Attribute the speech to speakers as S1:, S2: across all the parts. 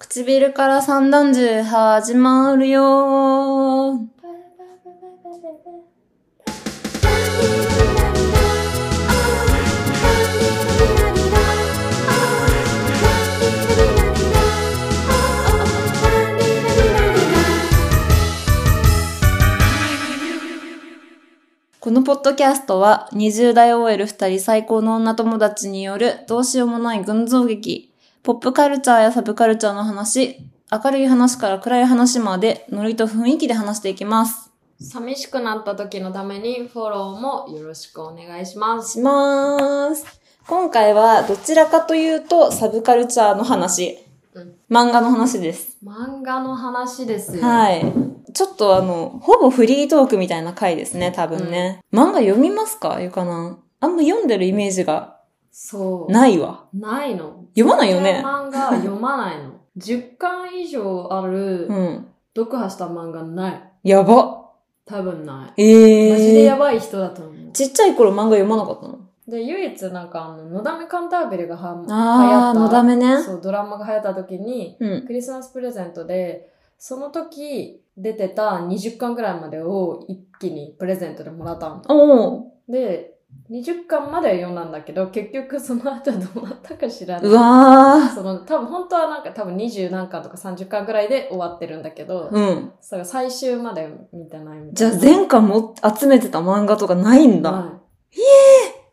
S1: 唇から三段重始まるよこのポッドキャストは20代 OL2 人最高の女友達によるどうしようもない群像劇、ポップカルチャーやサブカルチャーの話、明るい話から暗い話までノリと雰囲気で話していきます。
S2: 寂しくなった時のためにフォローもよろしくお願いします。
S1: します。今回はどちらかというとサブカルチャーの話、
S2: うん
S1: 漫画の話です。
S2: 漫画の話ですよ。
S1: はい。ちょっとあの、ほぼフリートークみたいな回ですね、多分ね。漫画読みますかゆかなん。あんま読んでるイメージが
S2: そう。
S1: ないわ。
S2: ないの。
S1: 読まないよね。
S2: 漫画読まないの。10巻以上ある
S1: うん。
S2: 読破した漫画ない。
S1: やば。
S2: 多分ない。
S1: ええー。
S2: マジでやばい人だと思う。
S1: ちっちゃい頃漫画読まなかったの
S2: で、唯一なんかあの、のだめカンターベリがは流行った。
S1: あー、のだめね。
S2: そう、ドラマが流行った時に、
S1: うん。
S2: クリスマスプレゼントで、その時出てた20巻ぐらいまでを一気にプレゼントでもらったの。
S1: おー。。
S2: で、20巻までは読んだんだけど、結局その後どうなったか知らないう
S1: わ
S2: その、多分本当はなんか多分20何巻とか30巻ぐらいで終わってるんだけど
S1: ー。、うん。
S2: それ最終まで見てないみたいな。
S1: じゃあ前回も集めてた漫画とかないんだ。
S2: は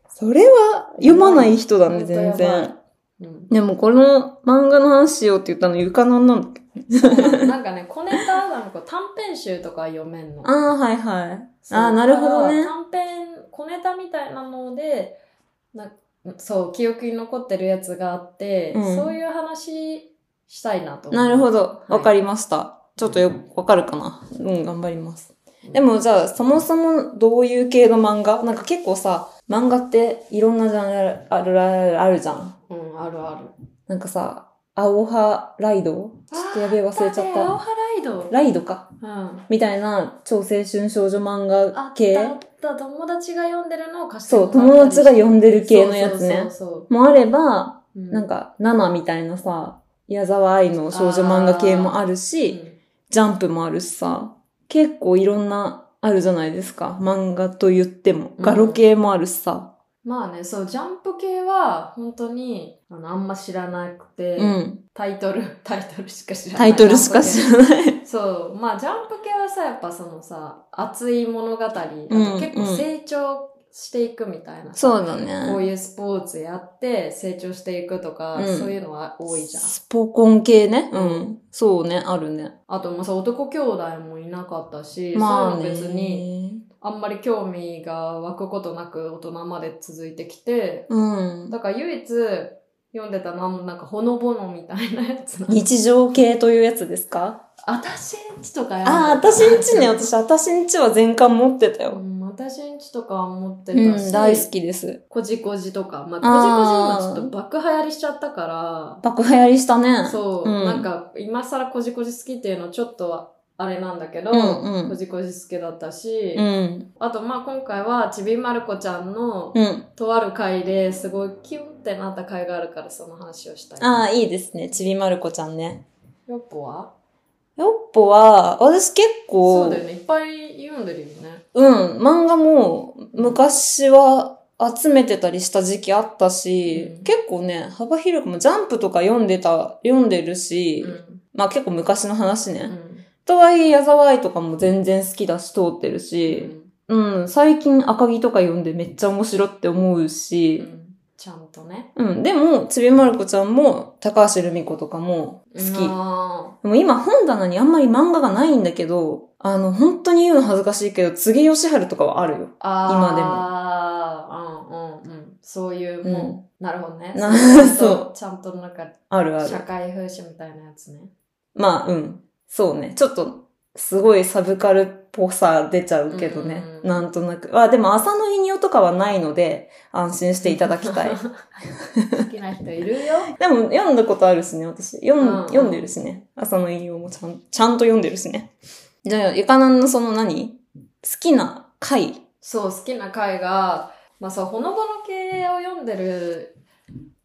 S1: それは読まない人だね、
S2: うん
S1: 全
S2: やば
S1: 然
S2: い。いうん
S1: でもこの漫画の話しようって言ったのゆかなんなんだっけ
S2: そうな のなんかね、小ネタ、なんかこう短編集とか読めんの。
S1: ああ、はいはい。
S2: そう
S1: あーなるほどね
S2: だから短編、小ネタみたいなので、なそう、記憶に残ってるやつがあって、
S1: うん
S2: そういう話したいなと思う
S1: なるほど。わか
S2: り
S1: りました。ちょっとよ、わかるかな。うん、頑張ります。でもじゃあ、そもそもどういう系の漫画なんか結構さ、漫画っていろんなジャンルあるあるあるじゃん。
S2: うん、あるある。
S1: なんかさ、アオハライドちょっとやべえ忘れちゃっ
S2: だねアオ
S1: た。
S2: ハライド。
S1: ライドか。
S2: うん。あ
S1: みたいな、超青春少女漫
S2: っ
S1: 画系
S2: たあ。った、友達が読んでるのを貸して
S1: そ
S2: もら
S1: う、
S2: ったり
S1: 友達が呼んでる系のやつ
S2: そう
S1: ね。
S2: そうそう
S1: もあれば、
S2: そう。
S1: なんか、ナナみたいなさ、矢沢愛の少女漫画系もある
S2: うん、
S1: し、ジャンプもあるしさ、結構いろんなあるじゃないですか。漫画と言っても。
S2: うん
S1: ガロ系もあるしさ。
S2: まあね、そう、ジャンプ系は、本当に、あの、あんま知らなくて、
S1: うん。
S2: タイトル、 タイトルしか知らな
S1: タ
S2: い。
S1: イトルしか知らない。
S2: そう、まあジャンプ系はさ、やっぱそのさ、熱い物語、あと
S1: うん
S2: 結構成長していくみたいな。
S1: そうだ
S2: こう
S1: ね。
S2: いうスポーツやって成長していくとか、
S1: うん
S2: そういうのは多いじゃん。
S1: スポコン系ね。うん。そうね、あるね。
S2: あともうさ、男兄弟もいなかったし、
S1: まあ
S2: そうい
S1: ね。
S2: うの別に、あんまり興味が湧くことなく大人まで続いてきて、
S1: うん。
S2: だから唯一読んでたのはもうなんかほのぼのみたいなやつなの。
S1: 日常系というやつですか
S2: あたしんちとかや
S1: ああー、私んちね、私、私んちは全巻持ってた
S2: う
S1: よ。
S2: ん、私んちとかは持って
S1: う
S2: たし、
S1: ん、大好きです。
S2: こじこじとか、ま
S1: あー
S2: あ、こじこじ今ちょっと爆流行りしちゃったか
S1: 爆破やりしたね
S2: ら、。そう、
S1: うん
S2: なんか今更こじこじ好きっていうのちょっとはあれなんだけど、
S1: うんうん
S2: こじこじ好きだったし、
S1: うん。
S2: あとまあ今回はちびまる子ちゃんの
S1: うん。
S2: とある回ですごいキュンってなった回があるからその話をしたい。
S1: ああ、いいですね。ちびまる子ちゃんね。
S2: ヨッポは
S1: よっぽは、私結構、
S2: そうだよね、いっぱい読んでるよね。
S1: うん、漫画も昔は集めてたりした時期あったし、
S2: うん
S1: 結構ね、幅広くもジャンプとか読んでた、読んでるし、
S2: うん。
S1: まあ結構昔の話ね。
S2: うん。
S1: とはいえ、矢沢愛とかも全然好きだし、通ってる
S2: う
S1: し、
S2: ん
S1: うん、最近赤木とか読んでめっちゃ面白って思う
S2: う
S1: し、
S2: んちゃんとね。
S1: うん、でも、ちびまる子ちゃんも、高橋留美子とかも好き。
S2: 好
S1: でも今本棚にあんまり漫画がないんだけど、あの、本当に言うの恥ずかしいけど、次義春とかはあるよ。
S2: あーうんうんうん。そういう、
S1: う
S2: も
S1: ん。
S2: う、なるほどね。
S1: な
S2: そう。ちゃんとなんか、
S1: あるあ
S2: 社
S1: る。
S2: 会風刺みたいなやつね。
S1: まあ、うん。そうね。ちょっと、すごいサブカルっぽさ出ちゃうけどね。
S2: うん。
S1: なんとなく。あ、でも朝の日にとかはないので、安心していただきたい
S2: 好きな人いるよ。
S1: でも、読んだことあるしね、私。読ん,、
S2: うん
S1: 読んでるしね。朝の引用もちゃん、ちゃんと読んでるしね。じゃあ、ゆかなんのその何好きな回
S2: そう、好きな回が、まあそう、ほのぼの系を読んでる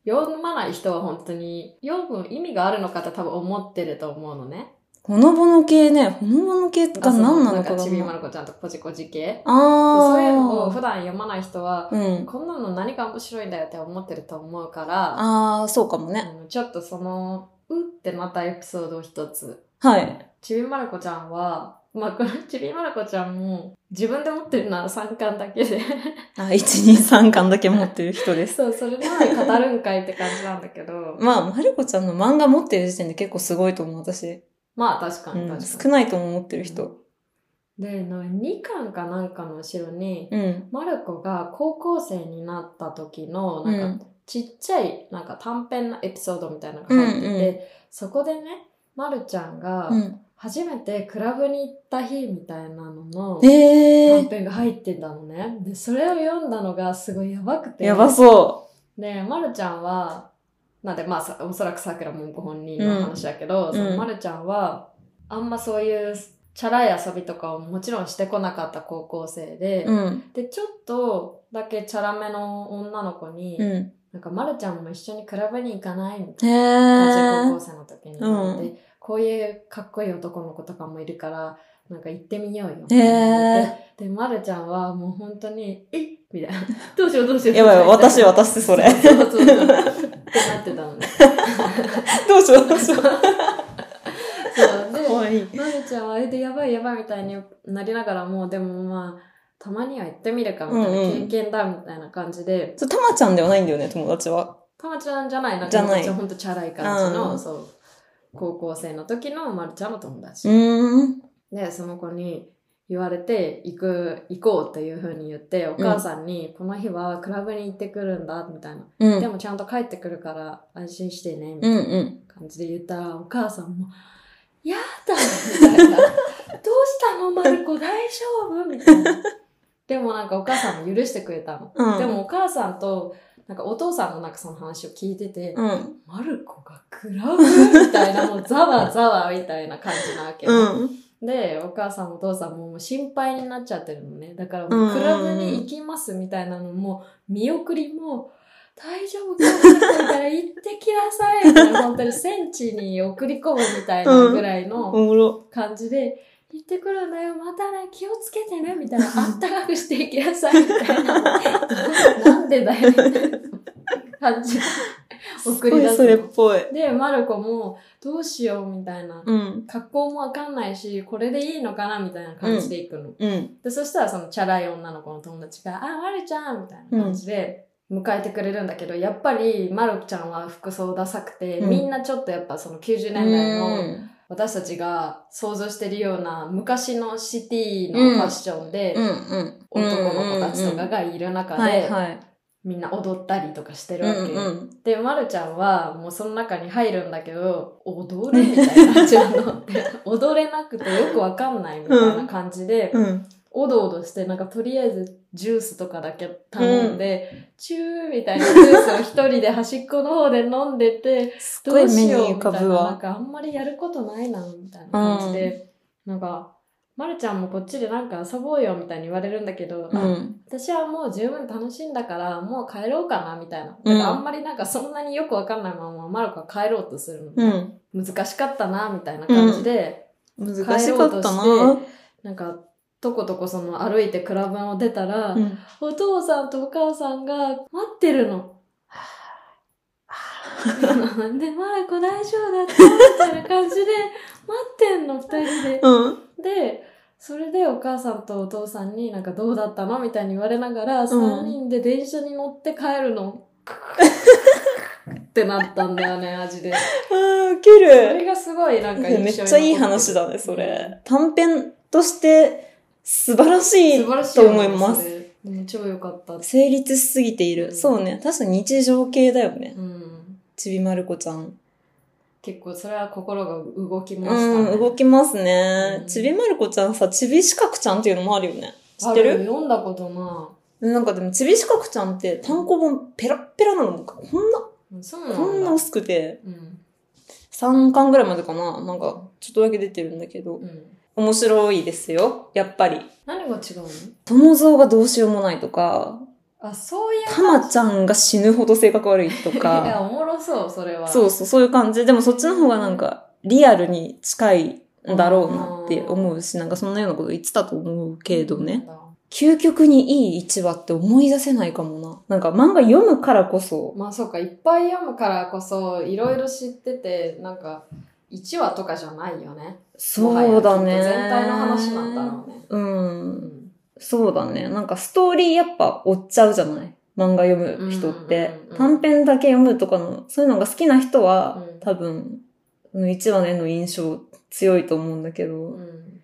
S2: 読まない人は本当に、読む意味があるのかと多分思ってると思うのね。
S1: ほのぼの系ね、ほのぼの系が何なのかが
S2: んかちびま
S1: あ
S2: る子ちゃんとこじこじ系。
S1: あー。
S2: そういうのを普段読まない人は、
S1: うん。
S2: こんなの何か面白いんだよって思ってると思うから、
S1: ああ、そうかもね。
S2: うんちょっとその、うってまたエピソードを一つ。
S1: はい。
S2: ちびまる子ちゃんは、まあ、このちびまる子ちゃんも、自分で持ってるのは3巻だけで。
S1: あ、1、2、3巻だけ持ってる人です。
S2: そう、それなのに語るんかいって感じなんだけど。
S1: まあ、まるこちゃんの漫画持ってる時点で結構すごいと思う、私。
S2: まあ、確か
S1: う
S2: に確
S1: ん、
S2: かに。
S1: 少ないと思ってる人。
S2: で、な2巻かなんかの後ろに、
S1: うん。
S2: まる子が高校生になった時の、
S1: う
S2: なん
S1: ん
S2: か、。ちっちゃい、なんか短編のエピソードみたいなのが入ってて、
S1: うんうん
S2: そこでね、まるちゃんが、
S1: うん。
S2: 初めてクラブに行った日みたいなのの、
S1: え
S2: 短
S1: ー。
S2: 編が入ってたのね。で、それを読んだのがすごいやばくて。
S1: やばそ
S2: で、まるちゃんは、なんで、まあさ、おそらくさくらもんご本人の話だけど、
S1: ん
S2: その
S1: うん
S2: まるちゃんは、あんまそういう、チャラい遊びとかをもちろんしてこなかった高校生で、
S1: う。うん。
S2: で、ちょっとだけチャラめの女の子に、
S1: う。
S2: なんか、まるちゃんも一緒にクラブに行かないみたいな
S1: へ
S2: ん高
S1: ー
S2: 校。生の時に、
S1: うん
S2: でこういうかっこいい男の子とかもいるからなんか行ってみようよ、
S1: へー
S2: でで、ま、るちゃんはもう本当に「えっ?」みたいな「どうしようどうしよう」
S1: やばい、
S2: みた
S1: 私、
S2: いな
S1: 私、そ れ。
S2: そうそうそうってなってたのね
S1: どうしよう、どうしよう。
S2: そう で
S1: 可愛い。
S2: まるちゃんは、え、で、やばいやばいみたいになりながらも、でもまあ、たまには行ってみるかみたいな、
S1: うんうん
S2: 経験だみたいな感じで、
S1: そうたまちゃんではないんだよね、友達は。
S2: たまちゃんじゃないな、
S1: じゃない
S2: 友達はほんとチャラい感じの、
S1: うん
S2: そう、高校生の時のまるちゃんの友達。
S1: うん。
S2: で、その子に言われて、行く、行こうっていう風に言って、お母さんに、この日はクラブに行ってくるんだ、みたいな。
S1: うん。
S2: でもちゃんと帰ってくるから安心してね、みた
S1: う
S2: い
S1: ん
S2: な
S1: うん。
S2: 感じで言ったら、お母さんも、やだみた いな。どうしたの、まる子、大丈夫みたいな。でもなんかお母さんも許してくれたの。
S1: うん
S2: でもお母さんと、なんかお父さんのなんかその話を聞いてて、
S1: うん。
S2: まる子がクラブみたいな、もうざわざわみたいな感じなわけ。
S1: うん。
S2: で、お母さんもお父さんももう心配になっちゃってるのね。だから
S1: うんうん
S2: も
S1: う
S2: うんクラブに行きますみたいなのも、見送りも、大丈夫かなだから行ってきなさいみたいな、本当に戦地に送り込むみたいなぐらいの
S1: おもろ。
S2: 感じで、行ってくるんだよ、またね、気をつけてね、みたいな、あったかくしていきなさいみたいな、なんでだよ、みたいな感じで送り出
S1: すごいそれ
S2: す
S1: っ
S2: の。
S1: ぽい。
S2: で、マルコも、どうしようみたいな。
S1: うん。
S2: 格好もわかんないし、これでいいのかなみたいな感じで行くの。
S1: うん。
S2: で、そしたらそのチャラい女の子の友達が、あ、まるちゃんみたいな感じで迎えてくれるんだけど、やっぱりまるちゃんは服装ダサくて、
S1: うん
S2: みんなちょっとやっぱその90年代の私たちが想像してるような昔のシティのファッションで、
S1: うんうん。
S2: 男の子たちとかがいる中で、
S1: はいはい。
S2: みんな踊ったりとかしてる
S1: う
S2: わけ。
S1: んうん。
S2: で、ま、るちゃんはもうその中に入るんだけど、踊るみたいになっちゃう の。で踊れなくてよくわかんないみたいな感じで、
S1: うん。
S2: おどおどして、なんかとりあえずジュースとかだけ頼んで、チューみたいなジュースを一人で端っこの方で飲んでて、
S1: すっ
S2: ど
S1: ごいう目
S2: し
S1: に
S2: よう
S1: 浮
S2: み
S1: か
S2: たい
S1: ぶ
S2: な、なん
S1: わ。
S2: かあんまりやることないな、みたいな感じで、なんか、まるちゃんもこっちでなんか遊ぼうよみたいに言われるんだけど、
S1: う
S2: あ
S1: ん。
S2: 私はもう十分楽しんだから、もう帰ろうかな、みたいな。
S1: うん
S2: だからあんまりなんかそんなによくわかんないまま、マルコは帰ろうとするの。
S1: うん。
S2: 難しかったな、みたいな感じで、
S1: 難しかったな。
S2: なんか、とことこその歩いてクラブを出たら、
S1: うん。
S2: お父さんとお母さんが待ってる の。で、マルコ大丈夫だって、みたいな感じで、待ってんの、二人で。
S1: うん。
S2: で、それでお母さんとお父さんになんかどうだったのみたいに言われながら、三3人で電車に乗って帰るの。ってなったんだ よね、マジで。
S1: あウケ
S2: それ
S1: る。
S2: がすごいなんか
S1: めっちゃいい話だね、それ。短編として素晴らしい
S2: 素晴らしい
S1: と思います。
S2: す。うん超良かった。
S1: 成立しすぎている。
S2: うん
S1: そうね。確かに日常系だよね。
S2: うん。
S1: ちびまる子ちゃん。
S2: 結構それは心が動きました、ね。
S1: うん、動きますね
S2: う。ん
S1: ちびまる子ちゃんさ、ちびしかくちゃんっていうのもあるよね。知って
S2: あ
S1: る
S2: 読んだことな
S1: なんかでも、ちびしかくちゃんって単行本ペラッペラなの。こんな、
S2: い。そうなんだ。
S1: こんな薄くて、
S2: うん。
S1: 3巻ぐらいまでかななんか、ちょっとだけ出てるんだけど
S2: う。ん。
S1: 面白いですよ。やっぱり。
S2: 何が違うの
S1: 友蔵がどうしようもないとか、
S2: あ、そういう
S1: たまちゃんが死ぬほど性格悪いと
S2: いや、
S1: か、
S2: おもろそう、それは。
S1: そうそう、そういう感じ。でもそっちの方がなんか、リアルに近いんだろうなって思うし、なんかそんなようなこと言ってたと思うけどね。。究極にいい1話って思い出せないかもな。なんか漫画読むからこそ、
S2: まあそうか、いっぱい読むからこそ、いろいろ知ってて、なんか、1話とかじゃないよね。
S1: そうだ
S2: もは
S1: ね。
S2: やきっと全体の話なんだろうね。
S1: う。
S2: うんん
S1: そうだね。なんかストーリーやっぱ追っちゃうじゃない漫画読む人って
S2: うんうんうんう。ん
S1: 短編だけ読むとかの、そういうのが好きな人は、
S2: うん
S1: 多分、その1話の絵の印象強いと思うんだけど、
S2: うん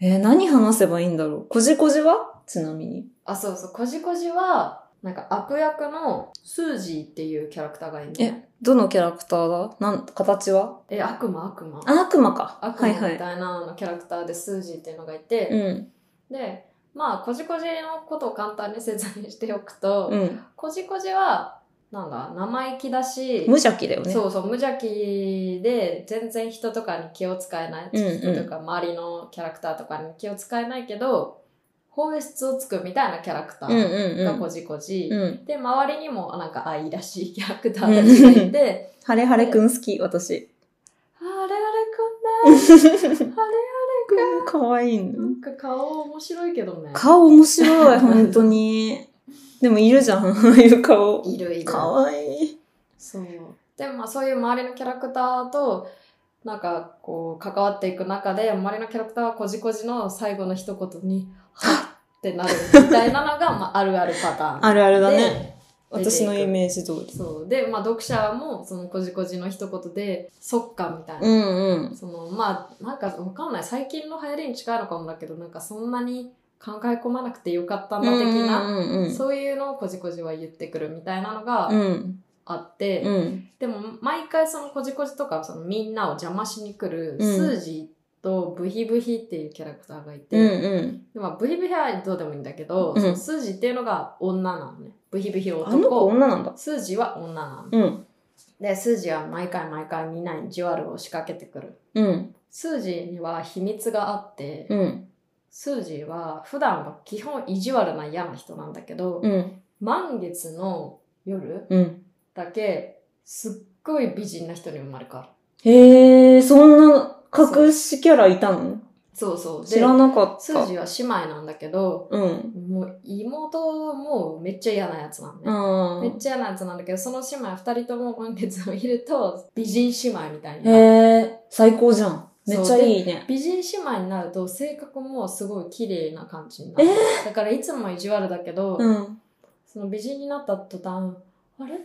S1: えー何話せばいいんだろうこじこじはちなみに。
S2: あ、そうそう、こじこじは、なんか悪役のスージーっていうキャラクターがいるのね。
S1: え、どのキャラクターだなん、形は
S2: え、悪魔、悪魔。
S1: あ、悪魔か。
S2: 悪
S1: は
S2: 魔
S1: い
S2: みた
S1: はいい。
S2: なのキャラクターでスージーっていうのがいて、
S1: うん。
S2: で、まあ、こじこじのことを簡単に説明しておくと、
S1: うん。
S2: こじこじは、なんだ、生意気だし、
S1: 無邪気だよね。
S2: そうそう、無邪気で、全然人とかに気を使えない。
S1: うんうん
S2: 人とか、周りのキャラクターとかに気を使えないけど、本質をつくみたいなキャラクタ
S1: うんう
S2: ーが
S1: ん
S2: こじこじ。
S1: うん。うん。
S2: で、周りにも、なんか愛らしいキャラクターたちがいて、
S1: ハレハレくん好き、私。
S2: あれあれくんね。
S1: かわいいの
S2: なんか顔面白いけどね。
S1: 顔面白 い、本当に。でもいるじゃん、ああいう顔。
S2: いるいる。
S1: かわいい。
S2: そう。でもまあそういう周りのキャラクターと、なんかこう関わっていく中で、周りのキャラクターはこじこじの最後の一言に、はっってなるみたいな のが、まああるあるパターン。
S1: あるあるだね。
S2: ね。
S1: 私のイメージ通り。
S2: そう。で、まあ読者もそのこじこじの一言で、そっかみたいな。
S1: うんうん。
S2: そのまあなんかわかんない最近の流行りに近いのかもだけどなんかそんなに考え込まなくてよかった
S1: う
S2: なん
S1: う
S2: 的
S1: ん
S2: な、
S1: うん
S2: そういうのをこじこじは言ってくるみたいなのが
S1: うん。
S2: あって、
S1: うん。
S2: でも毎回そのこじこじとかそのみんなを邪魔しに来る
S1: うん
S2: スージーとブヒブヒっていうキャラクターがいて、
S1: うんうん。
S2: でまあ、ブヒブヒはどうでもいいんだけど、
S1: うん
S2: そのスージーっていうのが女なのねブヒブヒは
S1: あの子
S2: 男
S1: 女なんだ。
S2: スージーは女なの、
S1: うん。
S2: でスージーは毎回毎回みんなにジュアルを仕掛けてくる
S1: うん。
S2: スージーには秘密があって、
S1: うん。
S2: スージーは普段は基本意地悪な嫌な人なんだけど、
S1: うん。
S2: 満月の夜
S1: うん。
S2: だけすっごい美人な人に生まれ変わる。
S1: へえ、そんな隠しキャラいたの
S2: そうそう。で
S1: 知らなかっ
S2: スー
S1: た
S2: ジ。ーは姉妹なんだけど、
S1: うん。
S2: もう妹もめっちゃ嫌なやつなのね。
S1: あ
S2: めっちゃ嫌なやつなんだけど、その姉妹二人とも満月を見ると美人姉妹みたいに
S1: あ。へ
S2: なる。
S1: え、最高じゃん。めっちゃいいね。
S2: 美人姉妹になると性格もすごい綺麗な感じになる。だからいつも意地悪だけど、
S1: うん。
S2: その美人になった途端、あれ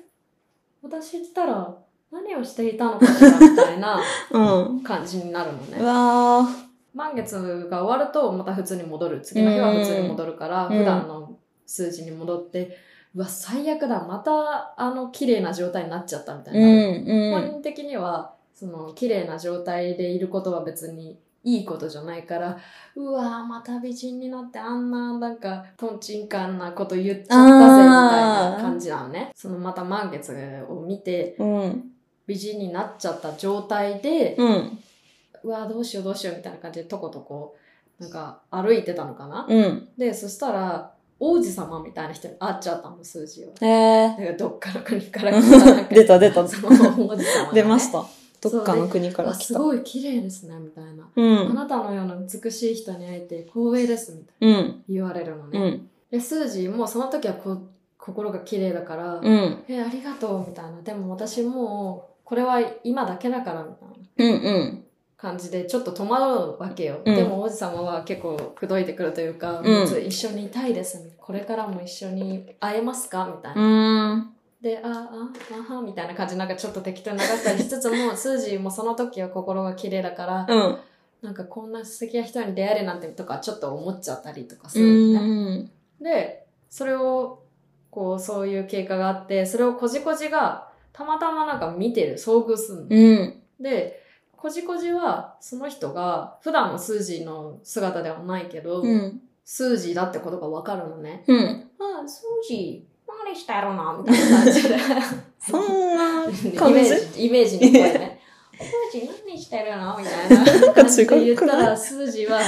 S2: 私いたら何をしていたのかしらみたいな
S1: うん。
S2: 感じになるの
S1: う
S2: ね。
S1: わー。
S2: 満月が終わるとまた普通に戻る。次の日は普通に戻るから、
S1: うん
S2: 普段の数字に戻って、うわ、最悪だ。またあの綺麗な状態になっちゃったみたいな。
S1: うん。うん
S2: 本。人的には、その綺麗な状態でいることは別にいいことじゃないから、うわーまた美人になってあんななんかトンチンカンなこと言っちゃったぜみたいな感じなのね。そのまた満月を見て
S1: うん。
S2: 美人になっちゃった状態で、
S1: うん。
S2: うわーどうしようどうしようみたいな感じでとことこなんか歩いてたのかな。
S1: うん。
S2: で、そしたら王子様みたいな人に会っちゃったの、数字を。
S1: へえ。
S2: なんかどっかの国から来たなん か
S1: 出た出た
S2: その王子様、ね。
S1: 出ました。どっかの国から
S2: あ
S1: 来
S2: す
S1: た。
S2: ごい綺麗ですねみたいな、
S1: う
S2: あ
S1: ん。
S2: なたのような美しい人に会えて光栄ですみたいな
S1: うん。
S2: 言われるのね、
S1: うん。
S2: でスージーもその時はこ心が綺麗だから、
S1: うん。
S2: えありがとうみたいなでも私もうこれは今だけだからみたいな
S1: うん。うん。
S2: 感じでちょっと戸惑うわけよ、
S1: うん
S2: でも王子様は結構口説いてくるという
S1: う
S2: か、
S1: ん
S2: ずっと一緒にいたいですみたいなこれからも一緒に会えますかみたいな、
S1: うん。
S2: で、あーあー、あーはみたいな感じでなんかちょっと適当に流したりしつつも、スージーもその時は心が綺麗だから、
S1: うん。
S2: なんかこんな素敵な人に出会えるなんてとかちょっと思っちゃったりとかす
S1: う
S2: るのね、
S1: ん。
S2: でそれをこうそういう経過があってそれをこじこじがたまたまなんか見てる遭遇するの、
S1: うん。
S2: でこじこじはその人が普段のスージーの姿ではないけど、
S1: うん。
S2: スージーだってことがわかるのね、
S1: うん。
S2: ああスージー何してるのみたいな感じで
S1: そんな
S2: イ
S1: 感
S2: メ
S1: じ
S2: ージ、イメージの声ね。スージ何してるのみたいな感じで言ったら、スージは、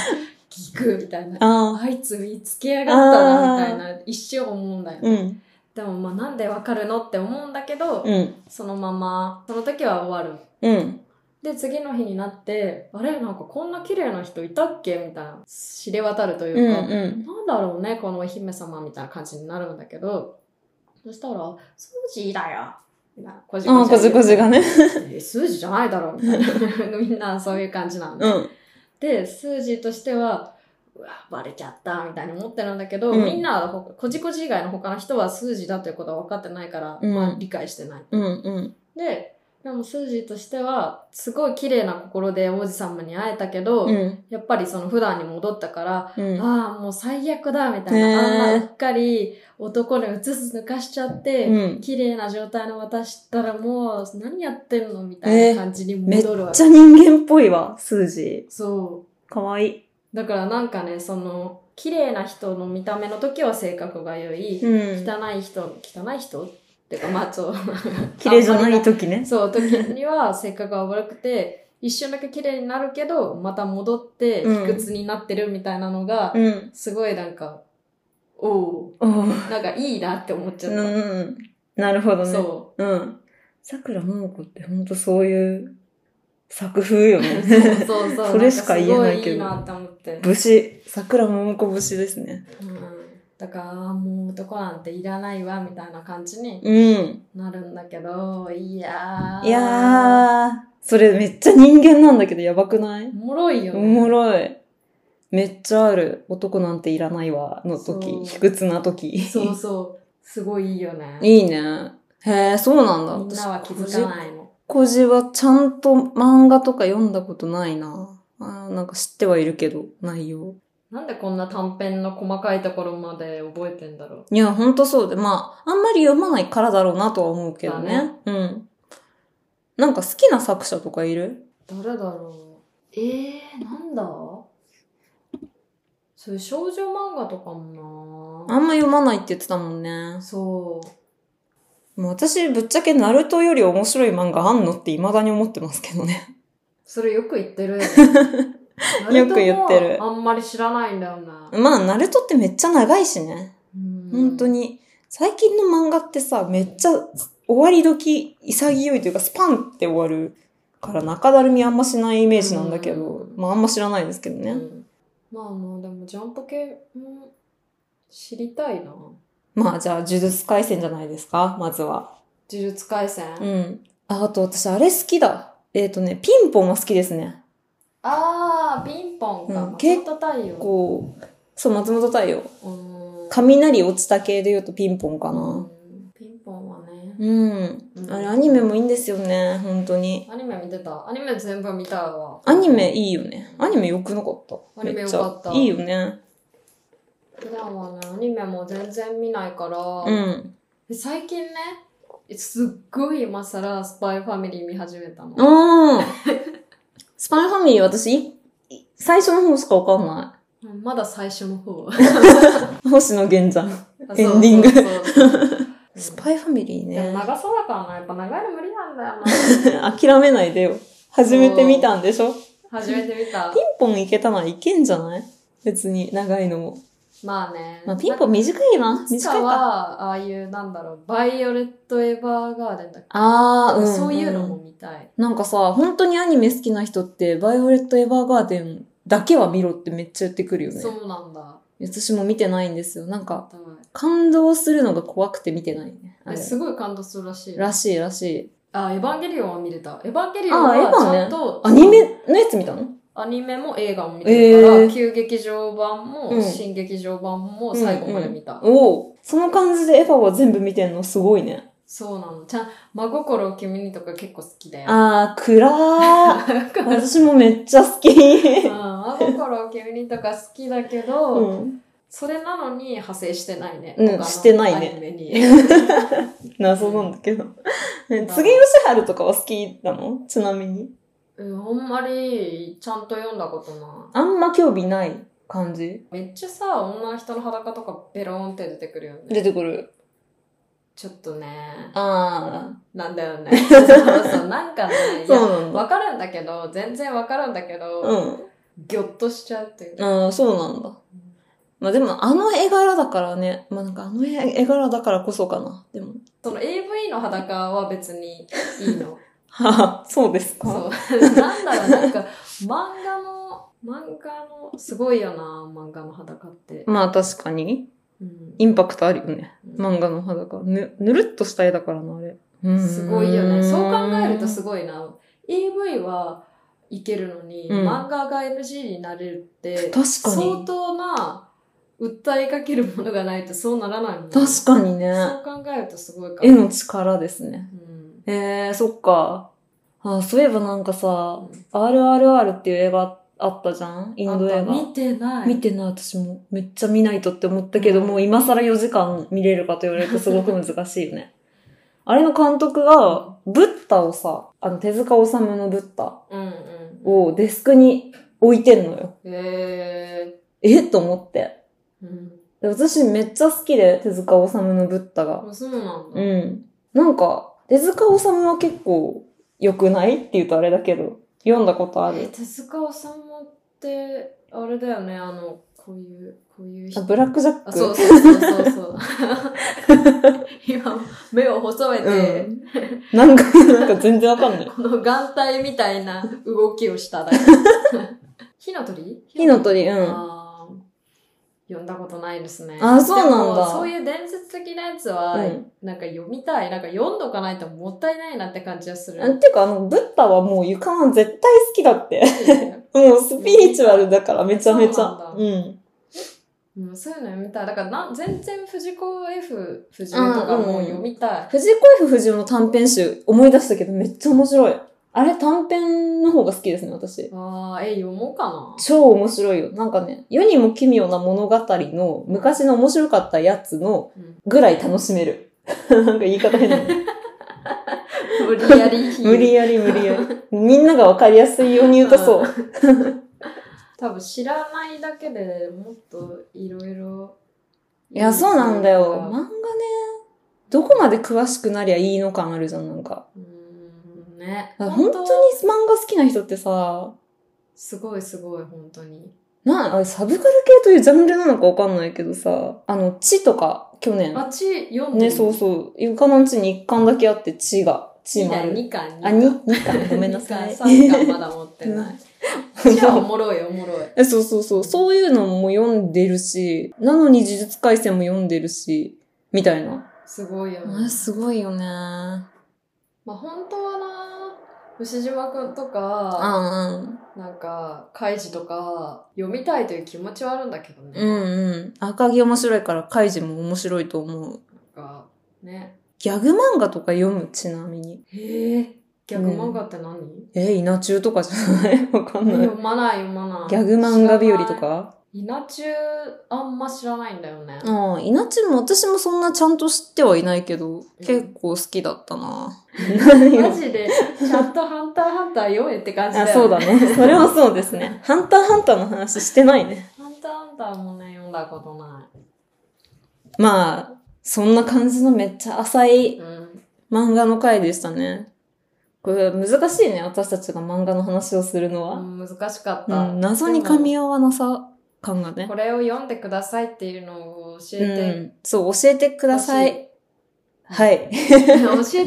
S2: ギクみたいな。
S1: ああ。
S2: あいつ見つけやがったな、みたいな、一瞬思うんだよ。
S1: うん。
S2: でもまあなんでわかるのって思うんだけど、
S1: うん。
S2: そのまま、その時は終わる。
S1: うん。
S2: で、次の日になって、あれなんかこんな綺麗な人いたっけみたいな、知れ渡るといううんか、
S1: うん。
S2: なんだろうね、このお姫様みたいな感じになるんだけど、そしたら、スージーだよみたいな、こじ
S1: ああ、こじこじが。ね。
S2: えスージーじゃないだろみたいな。 みんなそういう感じなんで。
S1: うん。
S2: で、スージーとしては、うわ、バレちゃった、みたいに思ってるんだけど、
S1: うん
S2: みんなはほ、こじこじ以外の他の人はスージーだということは分かってないから、
S1: うん
S2: まあ理解してない。
S1: うんうん。
S2: で、でもスージーとしては、すごい綺麗な心で王子様に会えたけど、
S1: うん。
S2: やっぱりその普段に戻ったから、
S1: うん。
S2: ああ、もう最悪だ、みたい
S1: ね
S2: な。
S1: ー
S2: あんなうっかり男にうつつ抜かしちゃって、
S1: うん。
S2: 綺麗な状態の私ったらもう何やってんのみたいな感じに
S1: めっ
S2: 戻るわけ
S1: ちゃ人間っぽいわ、スージ
S2: そう。
S1: ー。かわいい。
S2: だからなんかねその綺麗な人の見た目の時は性格が良い、
S1: うん。
S2: 汚い人汚い人っていうかまあそう
S1: 綺麗じゃない時ね。
S2: そう時には性格が悪くて一瞬だけ綺麗になるけどまた戻って
S1: うん
S2: 卑屈になってるみたいなのが、
S1: うん。
S2: すごいなんかおお
S1: おー
S2: なんかいいなって思っちゃ
S1: う
S2: っ
S1: ん
S2: た、
S1: うん。なるほどね。
S2: そ
S1: うん。桜桃子ってほんとそういう作風よ
S2: う そう
S1: ね。
S2: そうそう
S1: それしか言えないけど
S2: んかすごいいいなって思って、
S1: 武士。桜桃子武士ですね。
S2: うん、だからあーもう男なんていらないわみたいな感じに
S1: うん。
S2: なるんだけど、いやー。
S1: いやー、それめっちゃ人間なんだけどやばくない
S2: おもろいよ
S1: お
S2: ね。
S1: もろい。めっちゃある。男なんていらないわ。の
S2: そ
S1: 時。
S2: う
S1: 卑屈な時。
S2: そうそう。すごいいいよね。
S1: いいね。へえ、そうなんだ。
S2: みんなは気づかないの。
S1: こじはちゃんと漫画とか読んだことないな。あーなんか知ってはいるけど、内容。
S2: なんでこんな短編の細かいところまで覚えてんだろ
S1: いや、ほんとそうで。まあ、あんまり読まないからだろうなとは思うけどね。
S2: だ
S1: うん。なんか好きな作者とかいる
S2: う。誰だろう。えー、なんだそういう少女漫画とかも
S1: あんま読まないって言ってたもんね
S2: な。そう。
S1: もう私、ぶっちゃけナルトより面白い漫画あんのって未だに思ってますけどね。
S2: それよく言ってるよね。
S1: よく言ってる
S2: ナルトもあんまり知らないんだよな。
S1: まあ、ナルトってめっちゃ長いしね。
S2: うん
S1: 本当。に、最近の漫画ってさ、めっちゃ終わり時潔いというか、スパンって終わるから中だるみあんましないイメージなんだけど
S2: う、ん
S1: まああんま知らないですけど
S2: う
S1: ね。
S2: んまあまあ、でもジャンプ系、うん、知りたいな。
S1: まあじゃあ、呪術回戦じゃないですか、まずは。
S2: 呪術廻戦、
S1: うん。あ、あと私、あれ好きだ。えっ、とね、ピンポンは好きですね。
S2: あーピンポンか、
S1: うん
S2: 松本太陽
S1: こう、そう、松本太陽。
S2: うん
S1: 雷落ちた系で言うとピンポンかな。
S2: うんピンポンはね、
S1: うん。あれ、アニメもいいんですよね、本当に。
S2: アニメ見てたアニメ全部見たわ
S1: アニメいいよね。アニメ良くなかった。
S2: アニメ良かった
S1: めちゃいいよね。
S2: 普段はねアニメも全然見ないから、
S1: うん。
S2: で最近ねすっごい今更スパイファミリー見始めたの
S1: ああ。 スパイファミリー私、いい最初の方しかわかんな
S2: まだ最初の 方
S1: い。星野源じゃん。
S2: そう
S1: エンディング
S2: そうそうそう
S1: スパイファミリー
S2: でも
S1: ね。
S2: 長そうだからなやっぱ長いの無理なんだよ
S1: 諦めないでよ。始めてみたんでしょピン
S2: な初めて見た
S1: ポンいけたならいけんじゃない別に、長いのも。
S2: まあね、
S1: まあ、ピンポン短いな。
S2: いつ
S1: 短
S2: か
S1: いか。
S2: は、ああいう、なんだろう、バイオレット・エヴァーガーデンだっけ
S1: ああ、うん、
S2: そういうのも見たい。
S1: なんかさ、本当にアニメ好きな人って、バイオレット・エヴァーガーデンだけは見ろってめっちゃ言ってくるよね。
S2: そうなんだ。
S1: 私も見てないんですよ。なんか、
S2: 多分
S1: 感動するのが怖くて見てないね。あ
S2: え
S1: れ
S2: すごい感動するらしい。
S1: らしいらしい。
S2: あ、エヴァンゲリオンは見れた。エヴァンゲリオン
S1: あエヴ
S2: は
S1: ァ
S2: ち
S1: ね
S2: ゃんと、
S1: アニメのやつ見たの
S2: アニメも映画も見てるから、
S1: えー
S2: 旧劇場版も、
S1: うん
S2: 新劇場版も最後まで見た。
S1: おおその感じでエヴァは全部見てんのすごいね。
S2: そうなの。ちゃん、真心を君にとか結構好きで。
S1: あー、暗ー。 私もめっちゃ好き。
S2: うん、真心を君にとか好きだけど、
S1: うん。
S2: それなのに派生してないね。
S1: うん
S2: 他の
S1: してないね
S2: アニメに。
S1: 謎 なんだけど。ね次吉春とかは好きなのちなみに。
S2: うん、あんまりちゃんと読んだことな
S1: あんま興味ない感じ
S2: い。めっちゃさ、女の人の裸とかベローンって出てくるよね。
S1: 出てくる。
S2: ちょっとね、
S1: あ
S2: なんだよ ね。そうそう、なんかね、
S1: ー。
S2: いや、
S1: そうなんだ。
S2: わかるんだけど、全然わかるんだけど、
S1: うん。
S2: ぎょっとしちゃうっていう。
S1: あー、そうなんだ。まあでも、あの絵柄だからね。まあなんかあの絵絵柄だからこそかな。でも。
S2: その AV の裸は別にい いの。
S1: はあ、そうですか。
S2: そう。なんだろう、なんか、漫画の、漫画の、すごいよな、漫画の裸って。
S1: まあ確かに、
S2: うん
S1: インパクトあるよね。
S2: うん
S1: 漫画の裸。ぬ、ぬるっとした絵だからな、あれ。
S2: すごいよね。そう考えるとす
S1: ごい。
S2: ごいな。AV はいけるのに、
S1: うん
S2: 漫画が NG になれるって、
S1: 確か
S2: 相
S1: に。
S2: 当な訴えかけるものがないとそうならないもんね
S1: 確かにね。
S2: そう考えるとすごいか
S1: 絵の力ですね。
S2: うん
S1: えー、そっか。あ、そういえばなんかさ、
S2: うん
S1: RRR っていう映画あったじゃんインド
S2: あ
S1: 映
S2: んた
S1: 画。
S2: 見てない。
S1: 見てない、私も。めっちゃ見ないとって思ったけど、
S2: うん
S1: もう今更4時間見れるかと言われるとすごく難しい よね。あれの監督が、ブッダをさ、あの、手塚治虫のブッダ
S2: うんうん。
S1: をデスクに置いてんのよ。
S2: え
S1: えと思って。
S2: ー、うん。
S1: で私めっちゃ好きで、手塚治虫のブッダが。
S2: あそうなんだ。
S1: うん。なんか、手塚治虫は結構良くないって言うとあれだけど、読んだことあ
S2: え
S1: る。
S2: 手塚治虫って、あれだよね、あの、こういう、こういう
S1: あ
S2: 人。
S1: ブラックジャック。
S2: あ、そうそうそうそうそう。 今、目を細めて、
S1: ん。なんか、なんか全然わか んない。
S2: この眼帯みたいな動きをし ただけ。火の鳥
S1: 火の鳥、うん。
S2: あー読んだことないですね。
S1: あそうなんだ
S2: でもそういう伝説的なやつは、
S1: うん
S2: なんか読みたい。なんか読んどかないともったいないなって感じはする。
S1: あてか、あの、ブッダはもう床は絶対好きだって。もうスピリチュアルだから、めちゃめち
S2: そう
S1: ゃ
S2: な。んだ
S1: うん。
S2: うん、そういうの読みたい。だからな、全然藤子 F 不二雄とかもう読みたい。
S1: 藤子 F 不二雄の短編集、思い出したけど、めっちゃ面白い。あれ短編の方が好きですね、私。
S2: ああ、え、読もうかな。
S1: 超面白いよ。なんかね、世にも奇妙な物語の昔の面白かったやつの
S2: うん
S1: ぐらい楽しめる。 なんか言い方変 だね
S2: 無理やり。
S1: 無理やり無理やり。みんながわかりやすいように言うとそう。
S2: 多分知らないだけでもっといろいろ。
S1: いや、そうなんだよ。漫画ね、どこまで詳しくなりゃいいの感あるじゃん、なんか。
S2: うーん、ね。
S1: あ本当に漫画好きな人ってさ、
S2: すごいすごい、本当に。
S1: な、あれサブカル系というジャンルなのかわかんないけどさ、あの、地とか、去年。
S2: あっち読んで
S1: ね、そうそう。床のうちに一巻だけあって、地が、地もある。
S2: 2巻、
S1: あ、に、二巻、 ごめんなさい。
S2: 3巻まだ持っ てない。じゃあおもろいおもろい。
S1: えそうそうそう。そういうのも読んでるし、なのに呪術回戦も読んでるし、みたいな。
S2: すごいよね。
S1: すごいよね。あ
S2: まあ本当はな、牛島くんとか、
S1: あ、うん。
S2: なんか、カイジとか、読みたいという気持ちはあるんだけどね。
S1: うんうん。赤城面白いから、カイジも面白いと思う。
S2: なんか、ね。
S1: ギャグ漫画とか読む、ちなみに。
S2: へえ。ギャグ漫画って何、
S1: え、稲中とかじゃない わかんない。
S2: 読まない読まない。
S1: ギャグ漫画日和
S2: 知
S1: と
S2: らない。
S1: か
S2: 稲中、あんま知らないんだよね。
S1: うん。稲中も私もそんなちゃんと知ってはいないけど、結構好きだったな。 何
S2: マ
S1: を
S2: ジで、ちゃんとハンターハンター読めって感じだよ
S1: あ、そうだ
S2: ね。
S1: ね。それはそうですね。ハンターハンターの話してないね。
S2: ハンターハンターもね、読んだことな
S1: まあ、そんな感じのめっちゃ浅
S2: い。
S1: い
S2: うん。
S1: 漫画の回でしたね。これ難しいね、私たちが漫画の話をするのは。
S2: うん難しかっ
S1: う
S2: た。
S1: ん、謎に噛み合わなさ感がね
S2: こ。れを読んでくださいっていうのを教
S1: う
S2: えて
S1: ん、そう、教えてく
S2: く
S1: ださい。。はい。
S2: 教え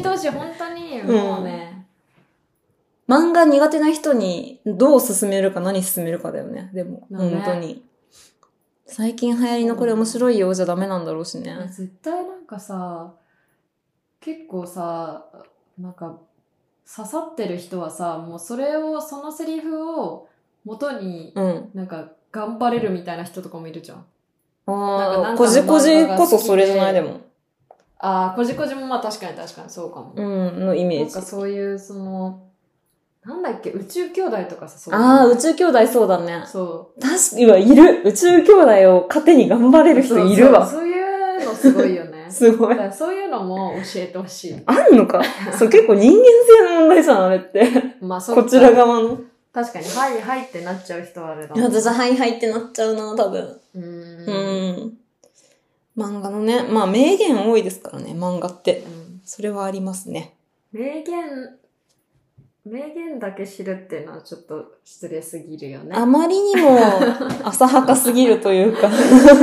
S2: てほしい、本当に。もうね。
S1: 漫画苦手な人にどう進めるか何進めるかだよね。でも、
S2: だね
S1: 本当に。最近流行りのこれ面白いよじゃダメなんだろうしね。
S2: 絶対なんかさ、結構さ、なんか、刺さってる人はさ、もうそれを、そのセリフを元に、
S1: うん。
S2: なんか、頑張れるみたいな人とかもいるじゃん。なんか
S1: あ
S2: な
S1: あ、
S2: んか
S1: こじこじこそ
S2: 漫画が好きで
S1: それじゃないでも。
S2: ああ、こじこじもまあ確かに確かにそうかも。
S1: うん、のイメ
S2: な
S1: ー
S2: ん
S1: ジ
S2: か。そういう、その、なんだっけ、宇宙兄弟とかさ、そういうの
S1: ああ、宇宙兄弟そうだね。
S2: そ
S1: 確かに、うわいる。宇宙兄弟を糧に頑張れ
S2: う。
S1: る人いるわ。。
S2: そうそうそういうのすごいよね
S1: すご
S2: だ
S1: い
S2: か。らそういうのも教えてほしい。
S1: あんの かそう、結構人間性の問題じゃん、あれって。
S2: まあ、そっか
S1: こちら側の。
S2: 確かに、はい、はいってなっちゃう人はあれだ。
S1: 私、はいはいってなっちゃうな、多分。
S2: う
S1: う
S2: ーん。
S1: ん。漫画のね、まあ名言多いですからね、漫画って。
S2: うん
S1: それはありますね。
S2: 名言名言だけ知るっていうのはちょっと失礼すぎるよね。
S1: あまりに も浅はかすぎるというか、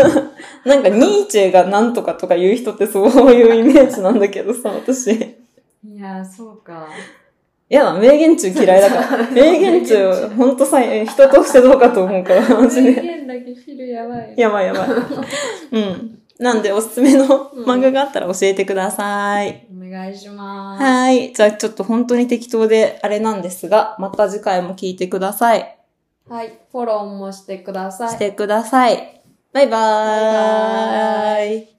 S1: なんかニーチェがなんとかとか言う人ってそういうイメージなんだけどさ、私。い
S2: いやー、そうか。
S1: やだ、名言中嫌いだ から。名言中、ほんとさ、え人としてどうかと思う から、マジ
S2: 名
S1: で。
S2: 言だけ知るやばい。
S1: やばいやばい。うん。なんで、おすすめの漫画があったら教えてください。
S2: お願いします。
S1: はい。じゃあちょっと本当に適当であれなんですが、また次回も聞いてください。
S2: はい、フォローもしてください。
S1: してください。バイバ
S2: バイバ
S1: ーイ